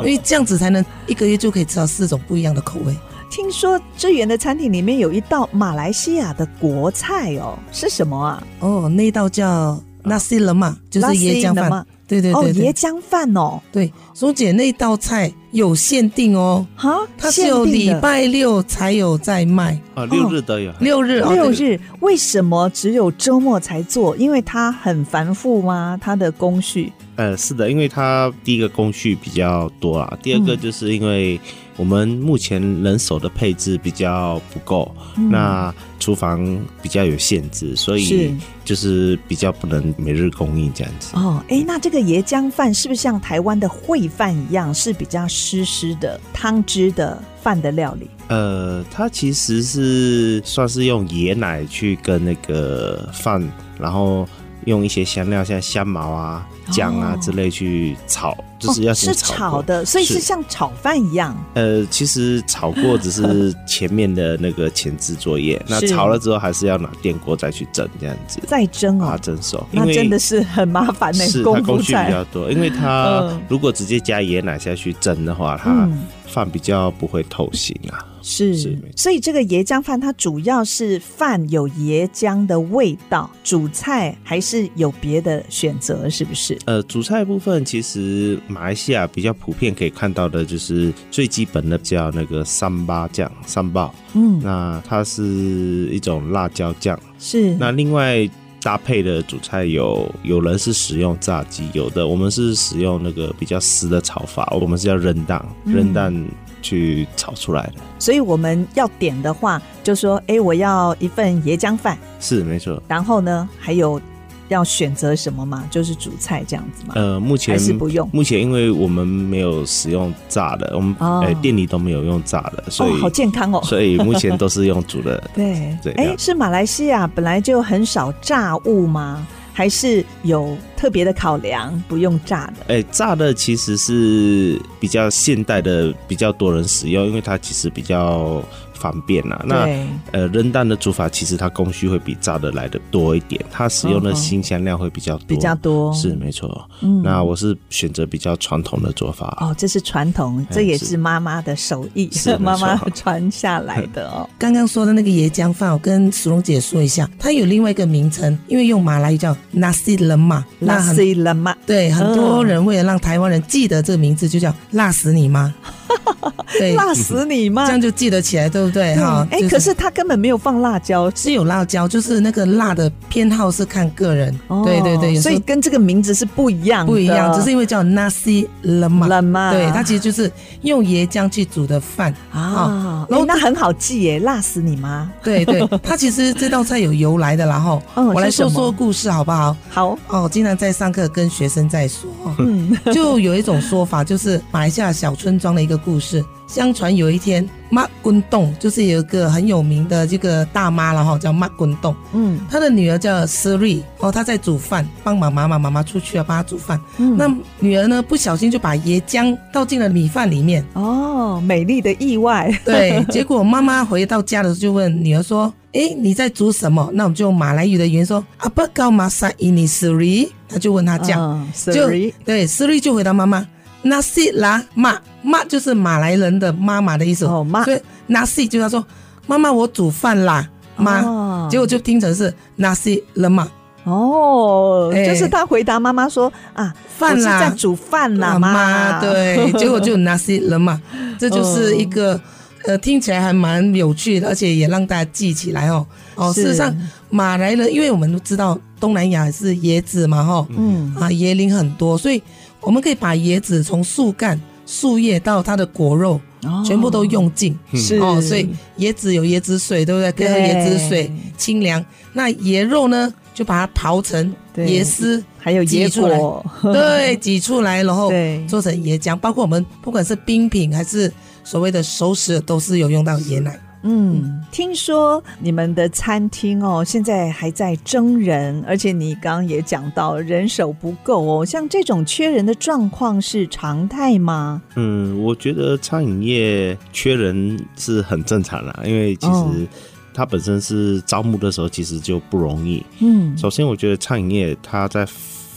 S3: 因为这样子才能一个月就可以吃到四种不一样的口味。
S1: 听说志源的餐厅里面有一道马来西亚的国菜哦，是什么啊？
S3: 哦，那一道叫 nasi lemak，就是椰浆
S1: Nasi lemak
S3: 饭。对对对
S1: 哦，椰
S3: 对，
S1: 浆饭哦，
S3: 对，松姐那道菜有限定哦，
S1: 哈，
S3: 它是有
S1: 限定
S3: 礼
S1: 的
S3: 拜六才有在卖，
S5: 哦，六日都有，
S3: 六日哦
S1: 六
S3: 对
S1: 日为什么只有周末才做？因为它很繁复吗？它的工序
S5: 呃，是的，因为它第一个工序比较多啦，第二个
S1: 嗯
S5: 就是因为我们目前人手的配置比较不够，
S1: 嗯
S5: 那厨房比较有限制，所
S1: 是
S5: 以就是比较不能每日供应这样子。
S1: 哦，哎，那这个椰浆饭是不是像台湾的烩饭一样，是比较湿湿的汤汁的饭的料理？
S5: 呃，它其实是算是用椰奶去跟那个饭，然后用一些香料，像香茅啊、姜啊
S1: 哦
S5: 之类去炒，就是要
S1: 哦、
S5: 先
S1: 是
S5: 炒
S1: 炒
S5: 过、
S1: 的，所以是
S5: 是
S1: 像炒饭一样。
S5: 呃，其实炒过只是前面的那个前置 作业，那
S1: 是
S5: 炒了之后还是要拿电锅再去蒸这样子，
S1: 再蒸
S5: 把
S1: 哦
S5: 它，蒸熟。啊因
S1: 那
S5: 为
S1: 真的是很麻烦呢、
S5: 是它
S1: 功
S5: 工
S1: 夫
S5: 序比
S1: 菜
S5: 较。多，因为它
S1: 嗯
S5: 如果直接加椰奶下去蒸的话，它
S1: 嗯，
S5: 饭比较不会透心啊。
S1: 是，
S5: 是没错
S1: 所以这个椰浆饭它主要是饭有椰浆的味道，主菜还是有别的选择，是不是？
S5: 呃，主菜部分其实马来西亚比较普遍可以看到的就是最基本的叫那个三巴酱，三巴，
S1: 嗯，
S5: 那它是一种辣椒酱。
S1: 是，
S5: 那另外搭配的主菜有，有人是使用炸鸡，有的我们是使用那个比较湿的炒法，我们是要扔蛋，
S1: 嗯
S5: 扔蛋去炒出来的。
S1: 所以我们要点的话，就说，哎，我要一份椰浆饭，
S5: 是没错。
S1: 然后呢，还有要选择什么嘛？就是主菜这样子嘛。哦
S5: 呃，目前
S1: 还是不用
S5: 目前因为我们没有使用炸的，我们
S1: 哦
S5: 呃店里都没有用炸的，所
S1: 哦
S5: 以、，
S1: 好健康哦。
S5: 所以目前都是用煮的。
S1: 对
S5: 对，
S1: 哎
S5: 了，
S1: 是马来西亚本来就很少炸物吗？还是有特别的考量，不用炸的？
S5: 哎、炸的其实是比较现代的，比较多人使用，因为它其实比较方便啦。那
S1: 对，
S5: 呃，扔蛋的煮法其实它工序会比炸的来的多一点，它使用
S1: 嗯
S5: 的
S1: 嗯
S5: 新香料会比较多，
S1: 比较多。
S5: 是没错。
S1: 嗯
S5: 那我是选择比较传统的做法，
S1: 哦，这是传统，这也
S5: 哎是
S1: 是妈妈的手艺，
S5: 是没错
S1: 妈妈传下来的 哦。
S3: 刚刚说的那个椰浆饭，我跟苏荣姐说一下，它有另外一个名称，因为用马来语叫 nasi lemak，那
S1: 那
S3: 很
S1: 虽然嘛，
S3: 对很多人为了让台湾人记得这个名字，就叫辣死你妈， 对，
S1: 辣死你嘛
S3: 这！样就记得起来，对不对
S1: 对
S3: 哈？
S1: 哎
S3: 就，
S1: 可是他根本没有放辣椒，
S3: 是有辣椒，就是那个辣的偏好是看个人，
S1: 哦
S3: 对对对，有时
S1: 所
S3: 候
S1: 以跟这个名字是不一样的，
S3: 不一样，只是因为叫 nasi lemak，
S1: 冷嘛。
S3: 对，它其实就是用椰浆去煮的饭
S1: 啊，
S3: 然
S1: 哎
S3: 后
S1: 那很好记耶，辣死你妈！
S3: 对对，它其实这道菜有由来的啦哈。
S1: 嗯
S3: 我来
S1: 是什
S3: 说
S1: 么
S3: 说故事好不好？
S1: 好，
S3: 哦，我经常在上课跟学生在说，哦
S1: 嗯，
S3: 就有一种说法，就是马来西亚小村庄的一个故事。相传有一天，马滚洞就是有一个很有名的这个大妈了哈，叫马滚洞，
S1: 嗯
S3: 她的女儿叫思瑞，哦，她在煮饭，帮妈妈嘛，妈妈出去了啊帮她煮饭。
S1: 嗯
S3: 那女儿呢，不小心就把椰浆倒进了米饭 里面，
S1: 哦，美丽的意外，
S3: 对，结果妈妈回到家的时候就问女儿说：“诶，你在煮什么？”那我们就用马来语的语言说：“阿不高玛萨伊尼斯瑞。”他就问她这样，
S1: 嗯
S3: 就
S1: ，sorry，
S3: 对，思瑞就回答妈妈，nasi 啦妈妈就是马来人的妈妈的意思，
S1: 哦妈
S3: 所以 nasi 就他说妈妈我煮饭啦妈，
S1: 哦
S3: 结果就听成是 nasi 了嘛
S1: 哦，
S3: 哎
S1: 就是他回答妈妈说啊，我
S3: 饭
S1: 是在
S3: 啦
S1: 煮饭啦，
S3: 啊
S1: 妈， 哦
S3: 对，结果就 nasi 了嘛，这就是一个、呃听起来还蛮有趣的，而且也让大家记起来哦哦，
S1: 是
S3: 事实上马来人，因为我们都知道东南亚是椰子嘛哈、哦，
S1: 嗯，
S3: 啊，椰林很多，所以我们可以把椰子从树干、树叶到它的果肉，
S1: 哦
S3: 全部都用尽。
S1: 是
S3: 哦，所以椰子有椰子水，对不对？可以喝
S1: 对
S3: 椰子水，清凉。那椰肉呢，就把它刨成
S1: 对
S3: 椰丝，
S1: 还有
S3: 挤
S1: 椰
S3: 出来
S1: 果，
S3: 对，挤出来，然后
S1: 对
S3: 做成椰浆。包括我们不管是冰品还是所谓的熟食，都是有用到椰奶。
S1: 嗯，听说你们的餐厅哦，现在还在征人，而且你刚刚也讲到人手不够哦，像这种缺人的状况是常态吗？
S5: 嗯，我觉得餐饮业缺人是很正常啦，因为其
S1: 哦
S5: 实它本身是招募的时候其实就不容易。
S1: 嗯
S5: 首先，我觉得餐饮业它在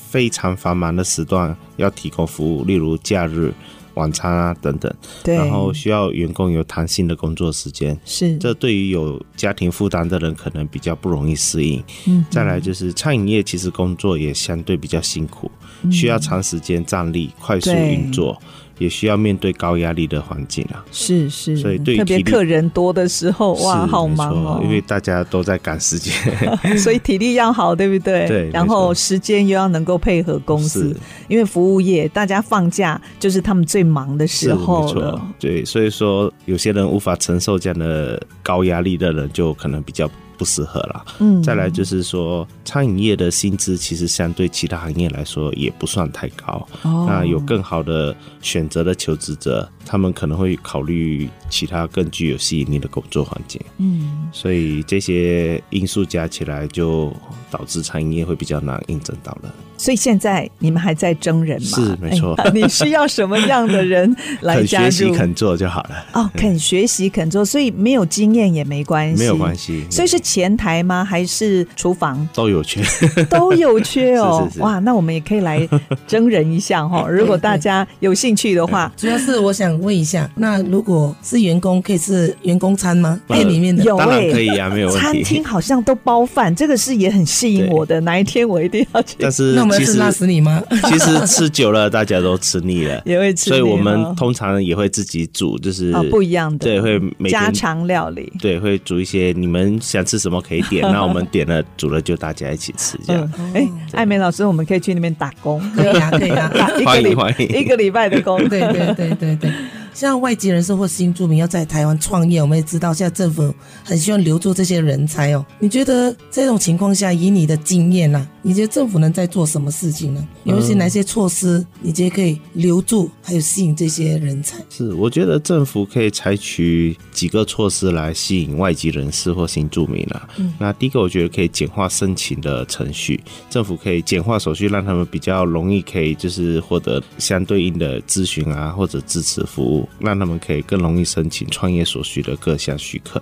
S5: 非常繁忙的时段要提供服务，例如假日、晚餐啊等等，
S1: 对，
S5: 然后需要员工有弹性的工作时间，
S1: 是
S5: 这对于有家庭负担的人可能比较不容易适应。
S1: 嗯
S5: 再来就是餐饮业，其实工作也相对比较辛苦，需要长时间站立、快速
S1: 嗯对
S5: 运作，也需要面对高压力的环境啊。
S1: 是是，嗯
S5: 所以对于
S1: 特别
S5: 体力
S1: 客人多的时候，哇，
S5: 是
S1: 好
S5: 没
S1: 忙
S5: 错
S1: 哦，
S5: 因为大家都在赶时间，
S1: 所以体力要好，对不对？
S5: 对
S1: 然
S5: 没错
S1: 后时间又要能够配合公司
S5: 是，
S1: 因为服务业大家放假就是他们最忙的
S5: 是
S1: 时
S5: 没
S1: 候
S5: 错
S1: 了。，
S5: 对，所以说有些人无法承受这样的高压力的人，就可能比较不适合啦。
S1: 嗯
S5: 再来就是说，餐饮业的薪资其实相对其他行业来说也不算太高，
S1: 哦
S5: 那啊有更好的选择的求职者，他们可能会考虑其他更具有吸引力的工作环境，
S1: 嗯，
S5: 所以这些因素加起来就导致餐饮业会比较难应征到人。
S1: 所以现在你们还在征人嘛？
S5: 是没错
S1: 哎你需要什么样的人来
S5: 肯
S1: 加
S5: 学习
S1: 入？
S5: 肯做就好了，
S1: 哦，肯学习肯做，所以没有经验也没关系，
S5: 没有关。系。
S1: 所以是前台吗？还是厨房？
S5: 都有缺，
S1: 都有缺哦，
S5: 是是是
S1: 哇，那我们也可以来征人一下 哈、如果大家有兴趣的话，
S3: 主要是我想问一下，那如果是员工，可以吃员工餐吗？
S5: 呃
S3: 店里面的
S1: 有
S5: 当然
S1: 哎
S5: 可以 啊，没有问
S1: 餐
S5: 题
S1: 厅。好像都包饭，这个是也很吸引我的。哪一天我一定 要去，
S5: 但是
S3: 那我们
S5: 其
S3: 要
S5: 实
S3: 吃拉死你吗？
S5: 其实吃久了大家都吃腻了，
S1: 也会 吃
S5: 所以
S1: 那个
S5: 我们通常也会自己煮，就是
S1: 啊不一样的，
S5: 对，会每
S1: 家
S5: 天
S1: 常料理。
S5: 对，会煮一些你们想吃什么可以 点，那我们点了煮了就大家一起吃这样。
S1: 嗯，哎、艾美老师，我们可以去那边打 工，
S3: 可以啊，可以啊。
S1: 嗯打一个
S5: 欢迎
S1: 礼
S5: 欢迎
S1: 一个礼拜的工，
S3: 对对对对对，像外籍人士或新住民要在台湾创业，我们也知道现在政府很希望留住这些人才哦。你觉得这种情况下，以你的经验啦、你觉得政府能在做什么事情呢？有一些哪些措施，你觉得可以留住还有吸引这些人才？
S5: 是，我觉得政府可以采取几个措施来吸引外籍人士或新住民啊。
S1: 嗯
S5: 那第一个，我觉得可以简化申请的程序，政府可以简化手续，让他们比较容易可以就是获得相对应的咨询啊或者支持服务，让他们可以更容易申请创业所需的各项许可。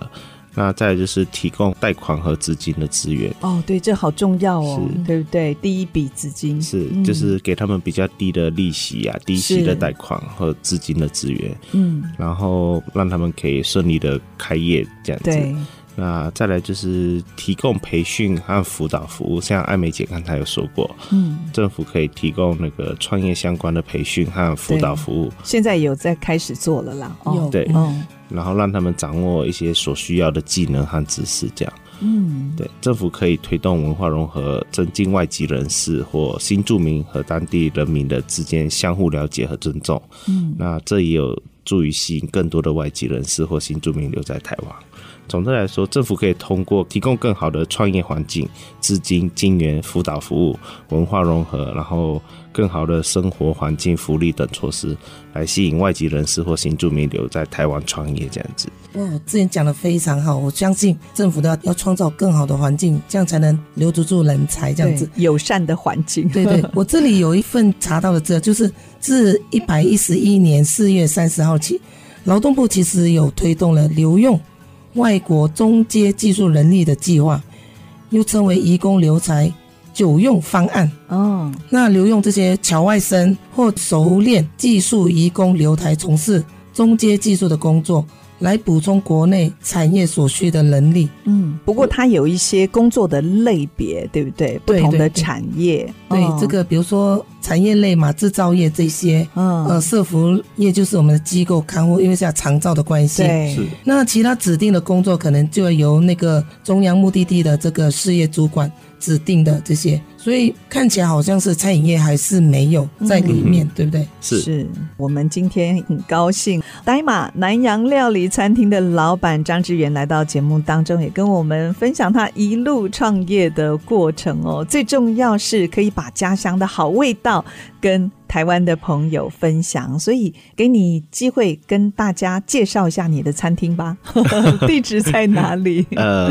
S5: 那再来就是提供贷款和资金的资源，
S1: 哦，对，这好重要哦，
S5: 是
S1: 对不对？第一笔资金
S5: 是，
S1: 嗯
S5: 就是给他们比较低的利息啊，低息
S1: 是
S5: 的贷款和资金的资源，
S1: 嗯，
S5: 然后让他们可以顺利的开业这样
S1: 对
S5: 子。，那再来就是提供培训和辅导服务，像艾美姐刚才有说过，
S1: 嗯，
S5: 政府可以提供那个创业相关的培训和辅导服务，
S1: 现在有在开始做了啦，哦、
S3: 有
S5: 对
S1: 嗯
S5: 然后让他们掌握一些所需要的技能和知识，这样。
S1: 嗯，
S5: 对，政府可以推动文化融合，增进外籍人士或新住民和当地人民的之间相互了解和尊重。嗯，那这也有助于吸引更多的外籍人士或新住民留在台湾。总的来说，政府可以通过提供更好的创业环境、资金、金源、辅导服务、文化融合，然后更好的生活环境、福利等措施，来吸引外籍人士或新住民留在台湾创业这样子。
S3: 哇，之前讲的非常好，我相信政府都要要创造更好的环境，这样才能留住住人才，这样子
S1: 对。友善的环 境，
S3: 对对，我这里有一份查到的资料，就是自一百一十一年四月三十号起，劳动部其实有推动了留用外国中阶技术人力的计划，又称为“移工留才久用方案”。
S1: 哦，
S3: 那留用这些侨外生或熟练技术移工留台从事中阶技术的工作，来补充国内产业所需的能力。
S1: 嗯，不过它有一些工作的类别，对不对？不
S3: 对
S1: 同的
S3: 对对
S1: 产业，
S3: 对、
S1: 哦
S3: 这，个，比如说产业类嘛，制造业这些，呃，
S1: 嗯，
S3: 社福业就是我们的机构看护，因为是要长照的关系。
S1: 对，
S5: 是
S3: 那其他指定的工作可能就要由那个中央目的地的这个事业主管指定的这些，所以看起来好像是餐饮业还是没有
S1: 嗯
S3: 在里面，对不对？
S5: 是
S1: 我们今天很高兴，呆马南洋料理餐厅的老板张志远来到节目当中，也跟我们分享他一路创业的过程哦。最重要是可以把家乡的好味道跟台湾的朋友分享，所以给你机会跟大家介绍一下你的餐厅吧， 地址在哪 里？
S5: 呃，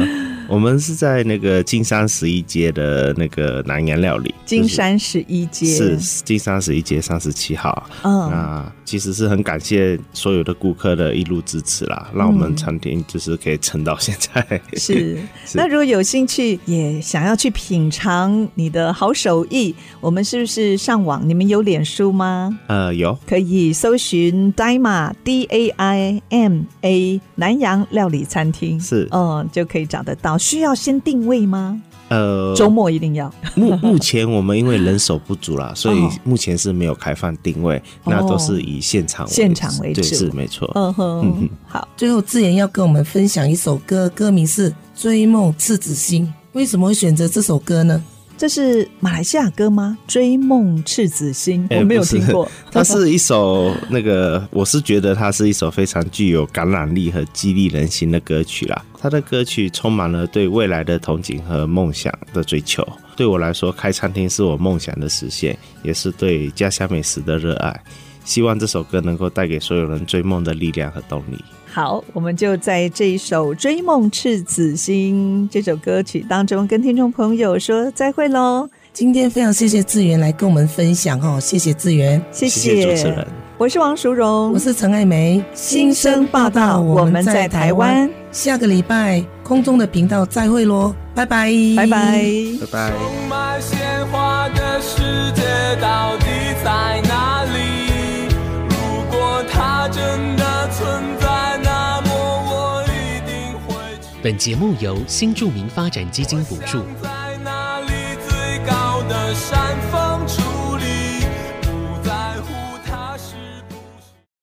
S5: 我们是在那个金山十一街的那个南洋料理，就
S1: 金
S5: 是
S1: 山十一街，
S5: 是金山十一街三十七号。
S1: 嗯，
S5: 那其实是很感谢所有的顾客的一路支持啦，让我
S1: 嗯
S5: 们餐厅就是可以撑到现在。
S1: 是。
S5: 是
S1: 那如果有兴趣，也想要去品尝你的好手艺，我们是不是上网？你们有脸书吗？
S5: 呃，有
S1: 可以搜寻 Daima D A I M A 南洋料理餐厅，
S5: 是
S1: 嗯，就可以找得到。需要先定位吗？
S5: 呃，
S1: 周末一定要。
S5: 目 目前我们因为人手不足啦，所以
S1: 哦
S5: 目前是没有开放定位，那都是以现场为
S1: 现场为
S5: 对，
S1: 主
S5: 是没错。
S1: 嗯哼
S5: 嗯，
S1: 好，
S3: 最后，志妍要跟我们分享一首歌，歌名是《追梦赤子心》。为什么会选择这首歌呢？
S1: 这是马来西亚歌吗？《追梦赤子心》
S5: 哎
S1: 我没有
S5: 不是
S1: 听 过。
S5: 它是一首那个，我是觉得它是一首非常具有感染力和激励人心的歌曲啦。它的歌曲充满了对未来的憧憬和梦想的追求。对我来说，开餐厅是我梦想的实现，也是对家乡美食的热爱。希望这首歌能够带给所有人追梦的力量和动力。
S1: 好，我们就在这一首《追梦赤子心》这首歌曲当中，跟听众朋友说再会喽，
S3: 今天非常谢谢志源来跟我们分享哦，谢谢志源，
S1: 谢
S5: 谢谢主持人。
S1: 我是王淑荣，
S3: 我是陈爱梅，
S1: 新生报道，我们在台湾，，
S3: 下个礼拜空中的频道再会喽，拜拜，
S1: 拜拜。。
S5: 拜拜。
S4: 充满鲜花的世界到底在哪里？如果它真的存在，那么我一定会去。
S8: 本节目由新住民发展基金补助。
S4: 在那里最高的山峰处。